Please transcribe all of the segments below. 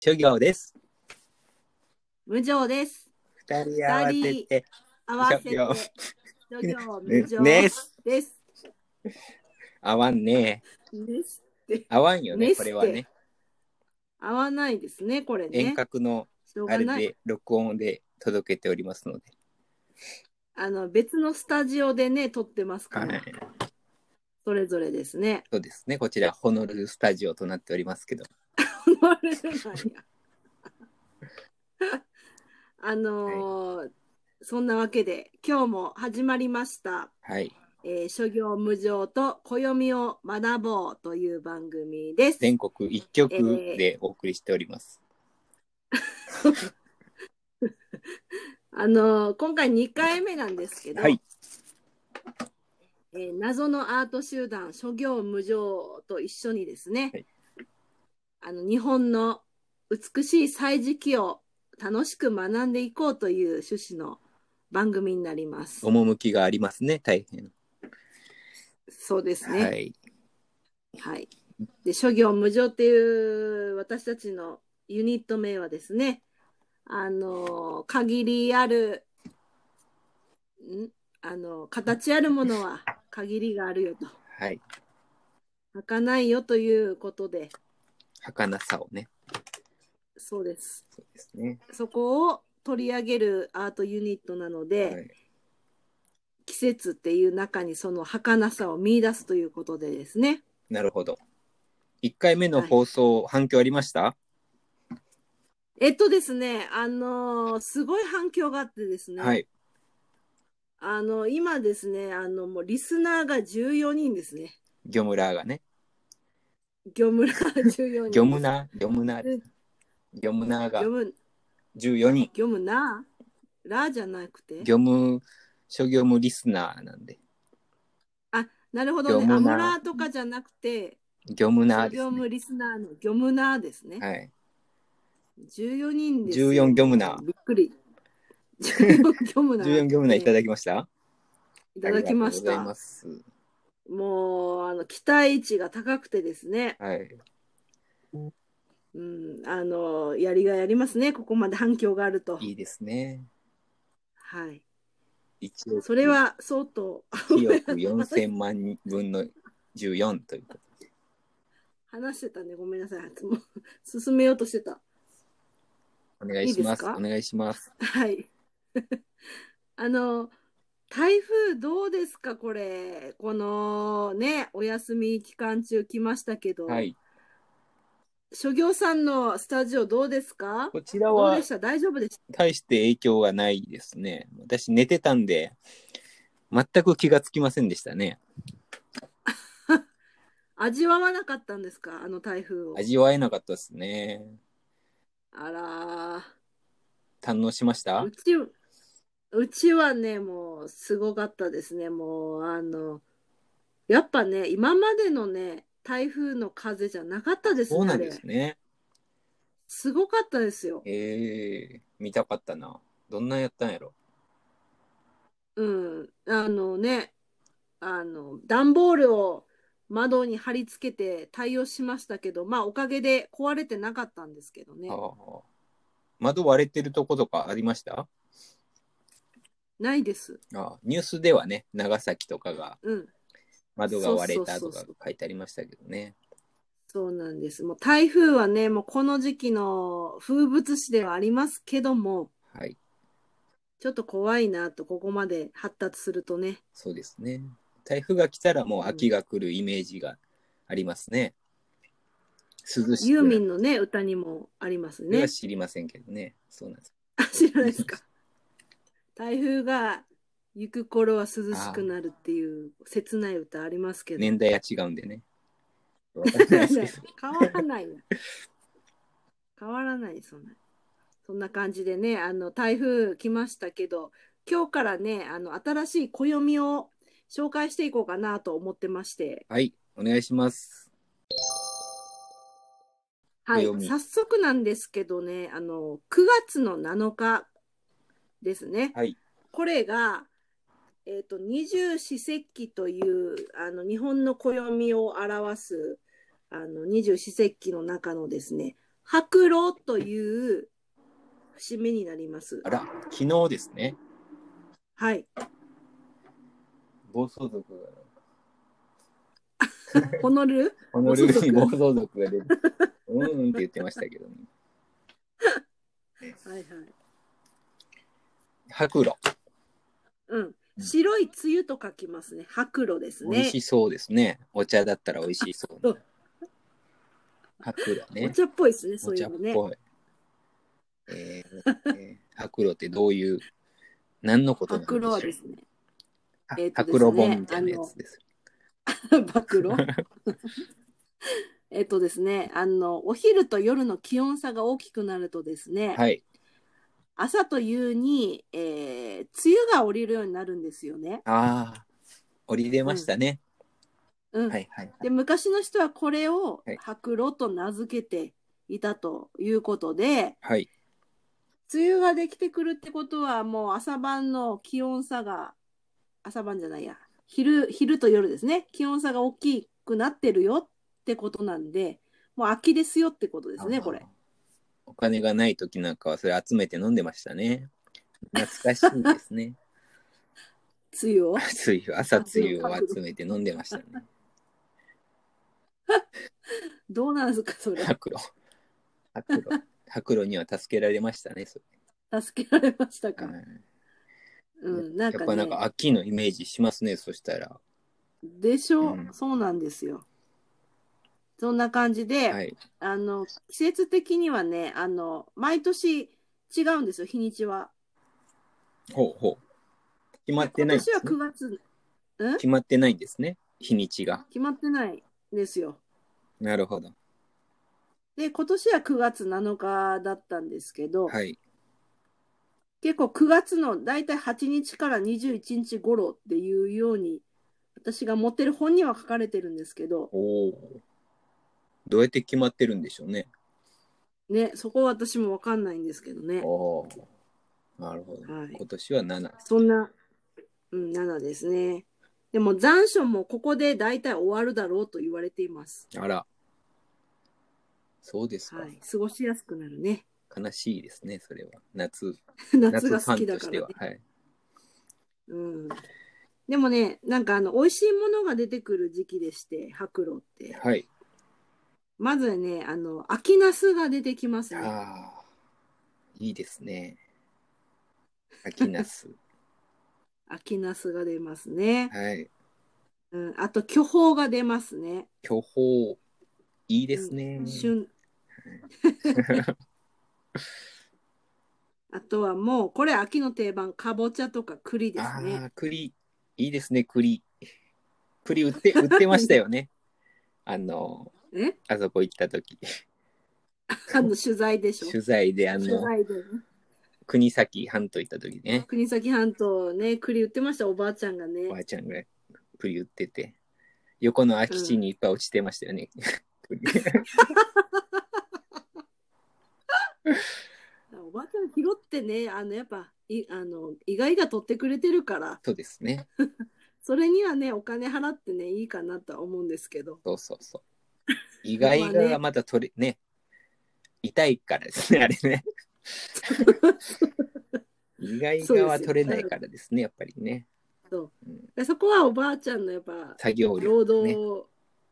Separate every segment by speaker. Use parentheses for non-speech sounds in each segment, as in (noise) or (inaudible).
Speaker 1: 諸行です。
Speaker 2: 無常です。
Speaker 1: 二人合わせて、
Speaker 2: 合わせて。
Speaker 1: 諸行
Speaker 2: 諸行無常
Speaker 1: ね、ねす。
Speaker 2: です。
Speaker 1: 合わんね。
Speaker 2: です。
Speaker 1: 合わんよ
Speaker 2: ね
Speaker 1: ね、
Speaker 2: す
Speaker 1: こ
Speaker 2: って
Speaker 1: れはね。
Speaker 2: 合わないですね、これ
Speaker 1: 遠
Speaker 2: ね。
Speaker 1: 隔の
Speaker 2: しょう
Speaker 1: あ
Speaker 2: が
Speaker 1: れ
Speaker 2: ない。
Speaker 1: で、録音で届けておりますので。
Speaker 2: あの、別のスタジオでね、撮ってますか
Speaker 1: は
Speaker 2: ら
Speaker 1: い、。
Speaker 2: それぞれですね。
Speaker 1: (laughs)
Speaker 2: (laughs)
Speaker 1: そうですね。こちら、ホノルルスタジオとなっておりますけど。
Speaker 2: 乗れないやあのーそんなわけで、今日も始まりました。
Speaker 1: はい。
Speaker 2: えー、諸行無常と暦を学ぼうという番組です。
Speaker 1: 全国一曲でお送りしております。
Speaker 2: あのー今回2回目なんですけど、
Speaker 1: はい
Speaker 2: えー謎のアート集団諸行無常と一緒にですね、
Speaker 1: はい
Speaker 2: あの日本の美しい歳時記を楽しく学んでいこうという趣旨の番組になります。
Speaker 1: 趣がありますね、大変。
Speaker 2: そうですね。は。
Speaker 1: はいい。
Speaker 2: で、諸行無常っていう私たちのユニット名はですね、あのー限りある、んあのー形あるものは限りがあるよと。
Speaker 1: はい。
Speaker 2: 儚いよということで、
Speaker 1: 儚さをね。
Speaker 2: そうです。
Speaker 1: そうですね。
Speaker 2: そこを取り上げるアートユニットなので、
Speaker 1: はい
Speaker 2: 季節っていう中にその儚さを見出すということでですね。
Speaker 1: なるほど。1回目の放送、反響ありました
Speaker 2: えっとですね、あのーすごい反響があってですね、
Speaker 1: はい。
Speaker 2: あの今ですね、あのもうリスナーが14人ですね。
Speaker 1: ギョムラーがね。
Speaker 2: 魚村14人。
Speaker 1: (laughs) ギョムナー、ギョムナー
Speaker 2: うん。
Speaker 1: ギョムナーが
Speaker 2: 魚む
Speaker 1: 14人。
Speaker 2: 魚むならじゃなくて。
Speaker 1: 業務、諸業務リスナーなんで。
Speaker 2: なるほどね。
Speaker 1: 魚
Speaker 2: ア
Speaker 1: むな
Speaker 2: ムラーとかじゃなくて、
Speaker 1: 業務ナーで
Speaker 2: 業
Speaker 1: す、ね。
Speaker 2: 務リスナーの魚むなですね。
Speaker 1: はい。
Speaker 2: 14人ですよ。
Speaker 1: 14業務ナー。
Speaker 2: びっ
Speaker 1: (laughs)
Speaker 2: くり。14業務な
Speaker 1: 14業務ナーいた
Speaker 2: だ
Speaker 1: だきました
Speaker 2: いただきまし
Speaker 1: ありがとうござい
Speaker 2: た
Speaker 1: ま。す。
Speaker 2: もう、あの、期待値が高くてですね。
Speaker 1: はい。
Speaker 2: うん、あの、やりがいありますね。ここまで反響があると。
Speaker 1: いいですね。
Speaker 2: はい。
Speaker 1: 一億、
Speaker 2: それは相当
Speaker 1: 1億4000万人分の14ということ。
Speaker 2: 話してたね。ごめんなさい。もう進めようとしてた。
Speaker 1: お願いし
Speaker 2: いいで
Speaker 1: ますす。
Speaker 2: か
Speaker 1: お願いします。
Speaker 2: はい。 (laughs) あの、台風どうですかこれ。このね、お休み期間中来ましたけど。
Speaker 1: はい。
Speaker 2: 諸行さんのスタジオどうですか
Speaker 1: こちら
Speaker 2: どう
Speaker 1: は
Speaker 2: でした大丈夫でした
Speaker 1: 大して影響はないですね。私寝てたんで、全く気がつきませんでしたね。
Speaker 2: 味わわなかったんですかあの台風を。
Speaker 1: 味わえなかったですね。
Speaker 2: あらー。
Speaker 1: 堪能しました
Speaker 2: うち、うちはね、もうすごかったですね。もう、あの、やっぱね、今までのね、台風の風じゃなかったですね。
Speaker 1: そうなんで
Speaker 2: あれ
Speaker 1: すね。
Speaker 2: すごかったですよ。
Speaker 1: ええ見たかったな。どんなんやったんやろ。
Speaker 2: うん。あのね、あの、段ボールを窓に貼り付けて対応しましたけど、まあ、おかげで壊れてなかったんですけどね。
Speaker 1: ああ窓割れてるとことかありました
Speaker 2: ないです。
Speaker 1: ああニュースではね、長崎とかが
Speaker 2: うん。
Speaker 1: 窓が割れた
Speaker 2: そう
Speaker 1: と
Speaker 2: そう
Speaker 1: か
Speaker 2: そう
Speaker 1: 書いてありましたけどね。
Speaker 2: そうなんです。もう台風はね、もうこの時期の風物詩ではありますけども、
Speaker 1: はい、
Speaker 2: ちょっと怖いなと、ここまで発達するとね。
Speaker 1: そうですね。台風が来たらもう秋が来るイメージがありますね。涼しく
Speaker 2: ユーミ
Speaker 1: ン
Speaker 2: ンのね、歌にもありますね
Speaker 1: は。知りませんけどね。そうなんです。
Speaker 2: あ知らないですか。台風が行く頃は涼しくなるっていう切ない歌ありますけど。
Speaker 1: 年代が違うんで
Speaker 2: (laughs)
Speaker 1: ね。わかんないですけど
Speaker 2: 変わらないな。変わらない、そんな。そんな感じでね、あの、台風来ましたけど、今日からね、あの、新しい暦を紹介していこうかなと思ってまして、
Speaker 1: はい、お願いします。
Speaker 2: はい、
Speaker 1: 暦
Speaker 2: 早速なんですけどね、あの、9月の7日ですね。
Speaker 1: はい
Speaker 2: これが、えっ、と、二十四節気という、あの、日本の暦を表す、あの、二十四節気の中のですね、白露という節目になります
Speaker 1: あ。ら、昨日ですね。
Speaker 2: はい。
Speaker 1: 暴走族が、
Speaker 2: ホノルル
Speaker 1: ホノルルに暴走族が出
Speaker 2: (laughs)
Speaker 1: て、うーんって言ってましたけどね。
Speaker 2: はいはい。
Speaker 1: 白露、
Speaker 2: うん。白い梅雨と書きますね。白露です
Speaker 1: 美味
Speaker 2: ね。
Speaker 1: しそうですね。お茶だったら美味しそう
Speaker 2: そう
Speaker 1: ね。白露
Speaker 2: お
Speaker 1: ね。
Speaker 2: 茶っぽいですね、そ
Speaker 1: お
Speaker 2: うい
Speaker 1: 茶
Speaker 2: う
Speaker 1: っ
Speaker 2: のね。
Speaker 1: ぽい。えーえー (laughs) 白露ってどういう、何のことなんでしょ
Speaker 2: 白
Speaker 1: う
Speaker 2: 露はですね。
Speaker 1: あ
Speaker 2: えーとで
Speaker 1: 白
Speaker 2: すね
Speaker 1: 露本みたいなやつです。
Speaker 2: (laughs) 暴露えっとですね、あの、お昼と夜の気温差が大きくなるとですね、
Speaker 1: はい。
Speaker 2: 朝と夕に、えー梅雨が降りるようになるんですよね。
Speaker 1: ああ、降りれましたね。
Speaker 2: うん。
Speaker 1: はいはい。
Speaker 2: で、昔の人はこれを
Speaker 1: はい
Speaker 2: 白露と名付けていたということで、
Speaker 1: はい。
Speaker 2: 梅雨ができてくるってことは、もう朝晩の気温差が、朝晩じゃないや、昼、昼と夜ですね、気温差が大きくなってるよってことなんで、もう秋ですよってことですね、これ。。
Speaker 1: お金がない時なんかはそれ集めて飲んでましたね。懐かしいですね。
Speaker 2: 梅雨を。
Speaker 1: 梅雨、朝梅雨を集めて飲んでましたね。
Speaker 2: どうなんですか、
Speaker 1: (laughs)
Speaker 2: それ。
Speaker 1: 白露。白露。白露には助けられましたね。そ
Speaker 2: 助けられました
Speaker 1: れ
Speaker 2: か。うん、な
Speaker 1: や
Speaker 2: ん
Speaker 1: っ
Speaker 2: か
Speaker 1: ぱなん
Speaker 2: ね、
Speaker 1: か秋のイメージしますね、そしたら。
Speaker 2: でしょ、
Speaker 1: うん
Speaker 2: そうなんですよ。そんな感じで、
Speaker 1: はい。
Speaker 2: あの、季節的にはね、あの、毎年違うんですよ、日にちは。
Speaker 1: ほうほう。決まって
Speaker 2: 今
Speaker 1: ないんで
Speaker 2: 年
Speaker 1: す
Speaker 2: は
Speaker 1: ね
Speaker 2: 9月、
Speaker 1: 決まってないんですね。日にちが。
Speaker 2: 決まってないんですよ。
Speaker 1: なるほど。
Speaker 2: で、今年は9月7日だったんですけど、
Speaker 1: はい。
Speaker 2: 結構9月のだいたい8日から21日頃っていうように、私が持ってる本には書かれてるんですけど、
Speaker 1: おお。どうやって決まってるんでしょうね。
Speaker 2: ね、そこは私もわかんないんですけどね。
Speaker 1: おお。なるほど。
Speaker 2: はい
Speaker 1: 今年は7。
Speaker 2: そんな、うん、7ですね。でも残暑もここで大体終わるだろうと言われています。
Speaker 1: あら。そうですか。
Speaker 2: はい。過ごしやすくなるね。
Speaker 1: 悲しいですね、それは。夏、
Speaker 2: 夏
Speaker 1: 夏フ
Speaker 2: が好き
Speaker 1: ァン
Speaker 2: だ
Speaker 1: と
Speaker 2: か
Speaker 1: して
Speaker 2: ら
Speaker 1: は。
Speaker 2: ね。
Speaker 1: はい。
Speaker 2: うん。でもね、なんかあの、美味しいものが出てくる時期でして、白露って。
Speaker 1: はい。
Speaker 2: まずね、あの、秋ナスが出てきますね。
Speaker 1: ああ。いいですね。秋ナス。 (laughs)
Speaker 2: 秋ナスが出ますね。
Speaker 1: はい。
Speaker 2: うん。あと、巨峰が出ますね。
Speaker 1: 巨峰。いいですね。 (laughs)
Speaker 2: 旬。あとはもう、これ秋の定番、かぼちゃとか栗です
Speaker 1: あ
Speaker 2: ね。
Speaker 1: あ、栗。いいですね、栗。栗売って、売ってましたよ
Speaker 2: (laughs)
Speaker 1: ね。あの、
Speaker 2: え
Speaker 1: あそこ行った時。
Speaker 2: あの取材でしょ
Speaker 1: 取材で、あ
Speaker 2: 取
Speaker 1: の、
Speaker 2: 材でね
Speaker 1: 国崎半島行った時ね。
Speaker 2: 国崎半島ね栗売ってましたおばあちゃんがね
Speaker 1: おばあちゃんが栗売ってて。横の空き地にいっぱい落ちてましたよね。 (laughs) 栗
Speaker 2: おばあちゃん拾ってねあのやっぱいあの意外が取ってくれてるから
Speaker 1: そうですね。
Speaker 2: それにはねお金払ってねいいかなとは思うんですけど
Speaker 1: そうそうそう。意外がまた取れ、ね。痛いからですね、あれ (laughs) ね。意外がは取れないからですね、やっぱりね。
Speaker 2: でそこはおばあちゃんのやっぱ
Speaker 1: 作業量
Speaker 2: 労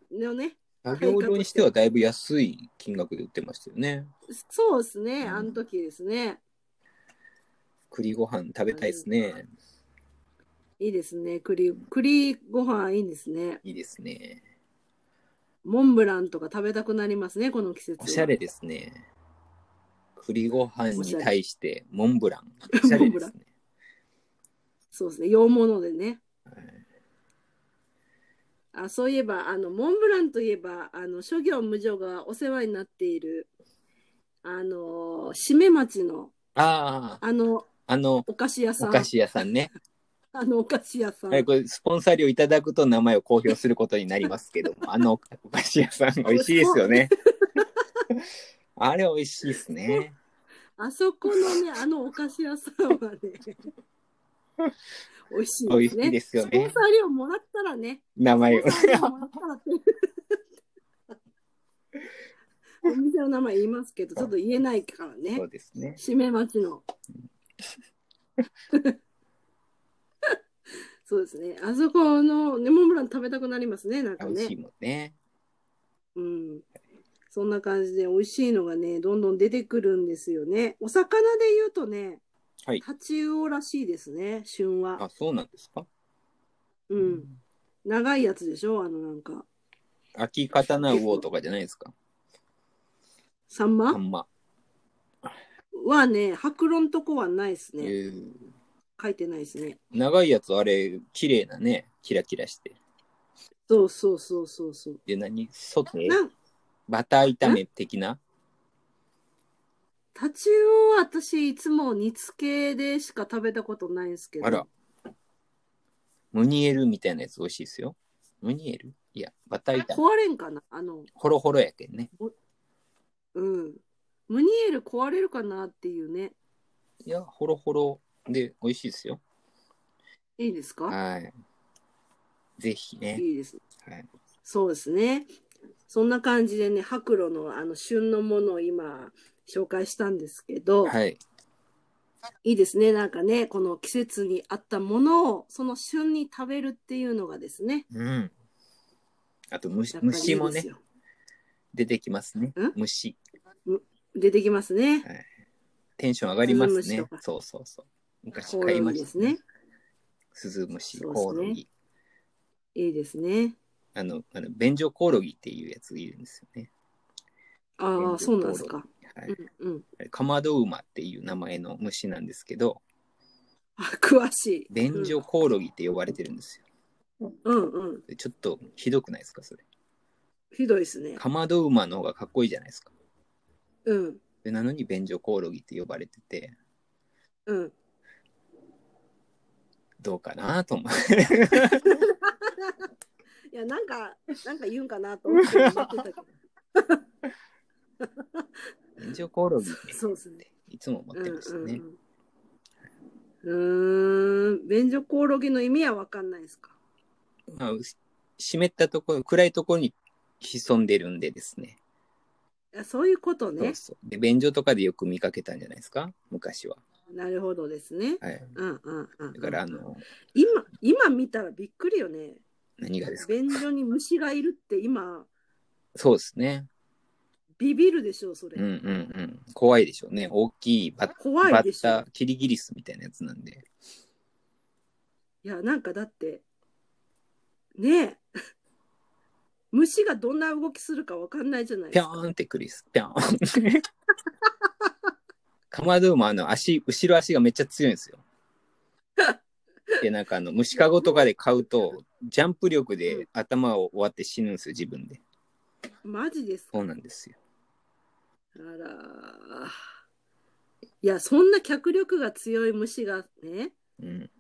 Speaker 1: ですね。
Speaker 2: 働のね
Speaker 1: 作業量にしてはだいぶ安い金額で売ってましたよね。
Speaker 2: そうです
Speaker 1: う
Speaker 2: ね
Speaker 1: ん
Speaker 2: あの時ですね
Speaker 1: 栗ご飯食べたいですね。
Speaker 2: いいですね栗栗ご飯いいんですね
Speaker 1: いいですね。
Speaker 2: モンブランとか食べたくなりますねこの季節は
Speaker 1: おしゃれですね。栗ご飯に対してモンブラン。おしゃれですね。
Speaker 2: そうですね洋物でね
Speaker 1: はい
Speaker 2: あそういえばあのモンブランといえばあの諸行無常がお世話になっているあの締め町の
Speaker 1: ああ、
Speaker 2: あの
Speaker 1: あの、
Speaker 2: お菓子屋さ
Speaker 1: お
Speaker 2: ん
Speaker 1: 菓子屋さんね。
Speaker 2: あのお菓子屋さん
Speaker 1: はい、これスポンサー料いただくと名前を公表することになりますけど
Speaker 2: (laughs)
Speaker 1: も、あのお菓子屋さん、美味しいですよね。あれ美味しいですね。
Speaker 2: あそこのねあのお菓子屋さん
Speaker 1: (laughs)
Speaker 2: はね美味しいです
Speaker 1: 美味しい
Speaker 2: ね
Speaker 1: ですよね
Speaker 2: スポンサー料もらったらね
Speaker 1: 名前を
Speaker 2: ス。ポンサー料もらったらってお店の名前言いますけど、ちょっと言えないから
Speaker 1: そ
Speaker 2: ね。
Speaker 1: うですね。
Speaker 2: 締め待ちの。そうですね。あそこのレモンブラン食べたくなりますね、なんか
Speaker 1: 美味しい。
Speaker 2: ね
Speaker 1: もんね。
Speaker 2: うん。そんな感じで美味しいのがね、どんどん出てくるんですよね。お魚で言うとね、
Speaker 1: はい
Speaker 2: タチウオらしいですね、旬は。
Speaker 1: あ、そうなんですか。
Speaker 2: うん。長いやつでしょあのなんか、
Speaker 1: 秋刀魚とかじゃないですか。
Speaker 2: サン
Speaker 1: あ
Speaker 2: マ
Speaker 1: んま。
Speaker 2: はね、白論とこはないです
Speaker 1: え
Speaker 2: ね。
Speaker 1: ー
Speaker 2: 書いてないですね。
Speaker 1: 長いやつ、あれ、綺麗なね、キラキラして。
Speaker 2: そうそうそうそうそう。
Speaker 1: で、何ソテー
Speaker 2: なん
Speaker 1: バター炒め的な
Speaker 2: タチウオは私いつも煮付けでしか食べたことないんですけど。
Speaker 1: あら。ムニエルみたいなやつ美味しいですよ。ムニエルいや、バター炒め。
Speaker 2: 壊れんかなあの、
Speaker 1: ホロホロやけんね。
Speaker 2: うん。ムニエル壊れるかなっていうね。
Speaker 1: いや、ホロホロで美味しいですよ。
Speaker 2: いいですか
Speaker 1: はい。ぜひね。
Speaker 2: いいです。
Speaker 1: はい、
Speaker 2: そうですね。そんな感じでね、白露のあの旬のものを今紹介したんですけど、
Speaker 1: はい。
Speaker 2: いいですね。なんかね、この季節に合ったものを、その旬に食べるっていうのがですね。
Speaker 1: うん。あと虫
Speaker 2: やっぱりいい
Speaker 1: 虫も
Speaker 2: で
Speaker 1: ね
Speaker 2: すよ
Speaker 1: 出てきますね
Speaker 2: ん。
Speaker 1: 虫
Speaker 2: 出てきますね。
Speaker 1: テンション上がります
Speaker 2: 鈴
Speaker 1: ね
Speaker 2: 虫と。か
Speaker 1: そうそうそう。昔
Speaker 2: コオ
Speaker 1: 買い
Speaker 2: ロ
Speaker 1: ま
Speaker 2: ギ
Speaker 1: し
Speaker 2: です
Speaker 1: たね
Speaker 2: ね。。
Speaker 1: スズムシ、
Speaker 2: そうですね
Speaker 1: コオロギ。
Speaker 2: いいですね。
Speaker 1: あの、あの便所コオロギっていうやついるんですよね。
Speaker 2: あ
Speaker 1: 全
Speaker 2: あ、
Speaker 1: 部
Speaker 2: そうなんですか。
Speaker 1: は
Speaker 2: う
Speaker 1: い。
Speaker 2: んうん。
Speaker 1: あれカマドウマっていう名前の虫なんですけど、
Speaker 2: あ、詳しい。
Speaker 1: 便所コオロギって呼ばれてるんですよ。
Speaker 2: うんうん。
Speaker 1: でちょっとひどくないですか、それ。
Speaker 2: ひどいですね。
Speaker 1: カマドウマの方がかっこいいじゃないですか。
Speaker 2: うん
Speaker 1: でなのに便所コオロギって呼ばれてて、
Speaker 2: うん。
Speaker 1: どうかなと思う。
Speaker 2: いや、なんか、なんか言うんかなと思って待って
Speaker 1: (laughs)
Speaker 2: たけど。 (laughs)
Speaker 1: 便所コオロギっ
Speaker 2: そうそうですね。
Speaker 1: ていつも思ってましたね。
Speaker 2: うんうんうん。うーん。便所コオロギの意味はわかんないですか。
Speaker 1: まあ、うし湿ったところ、暗いところに潜んでるんでですね。
Speaker 2: いやそういうこと
Speaker 1: そ
Speaker 2: ね
Speaker 1: う。そう。で、便所とかでよく見かけたんじゃないですか、昔は。
Speaker 2: なるほどですね。
Speaker 1: はい。
Speaker 2: うんうんうん。
Speaker 1: だから、あの、
Speaker 2: 今、今見たらびっくりよね。
Speaker 1: 何がですか
Speaker 2: 便所に虫がいるって今、
Speaker 1: そうですね。
Speaker 2: ビビるでしょ、それ。
Speaker 1: うんうんうん。怖いでしょうね。大きいバッ
Speaker 2: 怖い
Speaker 1: バ
Speaker 2: で
Speaker 1: ッ
Speaker 2: しょ
Speaker 1: タ、。キリギリスみたいなやつなんで。
Speaker 2: いや、なんかだって、ねえ、 (laughs) 虫がどんな動きするかわかんないじゃない
Speaker 1: ぴ
Speaker 2: で
Speaker 1: ょ
Speaker 2: すか。
Speaker 1: ーんってクリス、ぴょーん。カマドウマあの足、後ろ足がめっちゃ強いんですよ。で、なんかあの、虫かごとかで買うと、ジャンプ力で頭を割って死ぬんですよ、自分で。
Speaker 2: マジですか。
Speaker 1: そうなんですよ。
Speaker 2: あらー。いや、そんな脚力が強い虫がね、
Speaker 1: うん。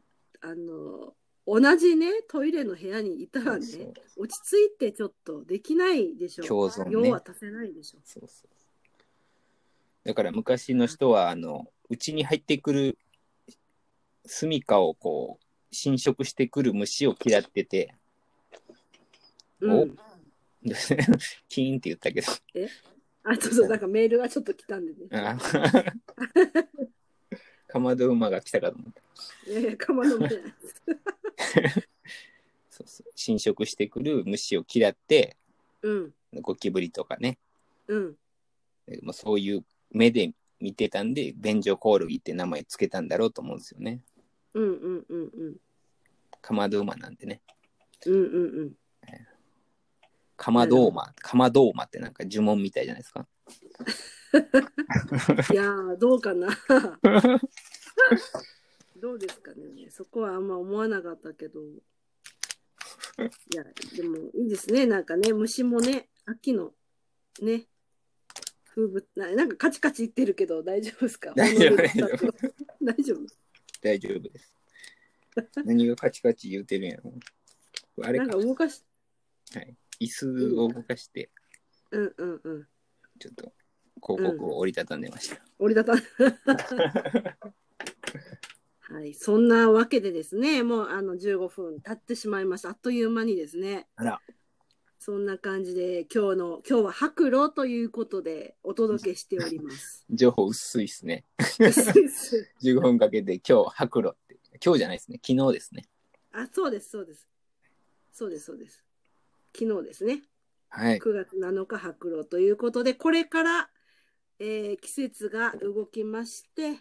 Speaker 2: あの、同じね、トイレの部屋にいたらね、
Speaker 1: そう
Speaker 2: 落ち着いてちょっとできないでしょ。
Speaker 1: 共存ね
Speaker 2: 用は足せないでしょ。
Speaker 1: そうそう。だから昔の人は、あの、うちに入ってくる住みかをこう、侵食してくる虫を嫌ってて、 (laughs)
Speaker 2: うん。
Speaker 1: でキーンって言ったけど、
Speaker 2: あ、ちょっとなんかメールがちょっと来たんでね。
Speaker 1: あ (laughs) かまど馬が来たかと思った。
Speaker 2: いやいや、かまどみたいな。
Speaker 1: そうそう侵食してくる虫を嫌って、
Speaker 2: うん、
Speaker 1: ゴキブリとかね、
Speaker 2: うん。
Speaker 1: もうそういう目で見てたんで、便所コオロギって名前つけたんだろうと思うんですよね。
Speaker 2: うんうんうんうん。
Speaker 1: かまど馬なんでね。
Speaker 2: うんうんうん。
Speaker 1: かまど馬、かまど馬ってなんか呪文みたいじゃないですか。
Speaker 2: いやー、どうかな。どうですかね。そこはあんま思わなかったけど。いや、でもいいですね。なんかね、虫もね、秋のね、風物な、なんかカチカチ言ってるけど大丈夫ですか
Speaker 1: 大丈夫
Speaker 2: 大丈夫。大丈夫
Speaker 1: 大丈夫
Speaker 2: (laughs)
Speaker 1: です。何がカチカチ言うてるんやろ。あれ
Speaker 2: なん
Speaker 1: か
Speaker 2: か、動かし、
Speaker 1: 椅子を動かして、
Speaker 2: うんうんうん。
Speaker 1: ちょっと広告を折りたたんでました。
Speaker 2: 折りたたんはい、そんなわけでですね、もうあの15分経ってしまいました。あっという間にですね。
Speaker 1: あら。
Speaker 2: そんな感じで、今日の、今日は白露ということでお届けしており
Speaker 1: (laughs)
Speaker 2: ます。 (laughs)
Speaker 1: 情報薄いですね。15分かけて今日白露って。今日じゃないですね。昨日ですね。
Speaker 2: あ、そうです、そうです。そうです、そうです。昨日ですね。
Speaker 1: はい。
Speaker 2: 9月7日白露ということで、これから、えー季節が動きまして、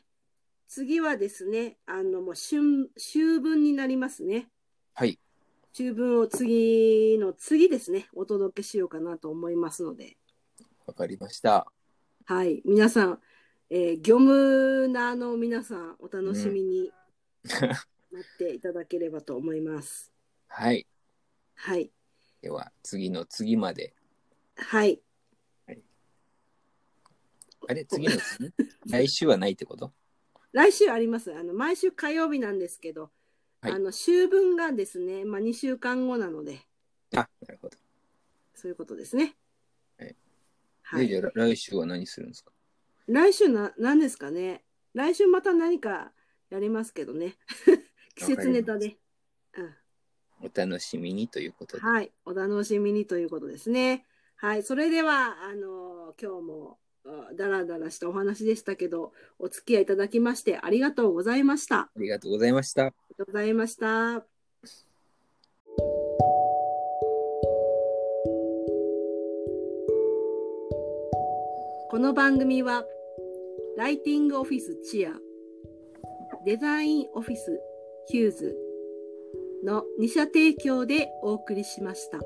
Speaker 2: 次はですね、あの、もう春、秋分になりますね。
Speaker 1: はい。
Speaker 2: 秋分を次の次ですね、お届けしようかなと思いますので、
Speaker 1: わかりました。
Speaker 2: はい。皆さん、えー、業務なの皆さん、お楽しみに待っていただければと思います。
Speaker 1: はい。
Speaker 2: はい。
Speaker 1: では、次の次まで。
Speaker 2: はい。
Speaker 1: あれ次の
Speaker 2: (laughs)
Speaker 1: 次来週はないってこと
Speaker 2: 来週あります。あの毎週火曜日なんですけど、
Speaker 1: はい
Speaker 2: あの週分がですね、まあ、2週間後なので、
Speaker 1: あ、なるほど。
Speaker 2: そういうことですね。
Speaker 1: はい
Speaker 2: はい
Speaker 1: でじゃあ来週は何するんですか
Speaker 2: 来週な、何ですかね。来週また何かやりますけどね。 (laughs) 季節ネタで、う
Speaker 1: お楽しみにということ
Speaker 2: ん。
Speaker 1: で。
Speaker 2: はい。お楽しみにということですね。はい。それでは、あの今日もあだらだらしたお話でしたけど、お付き合いいただきましてありがとうございました。
Speaker 1: ありがとうございました。
Speaker 2: ありがとうございました。この番組は、ライティングオフィスチア、デザインオフィスヒューズの2社提供でお送りしました。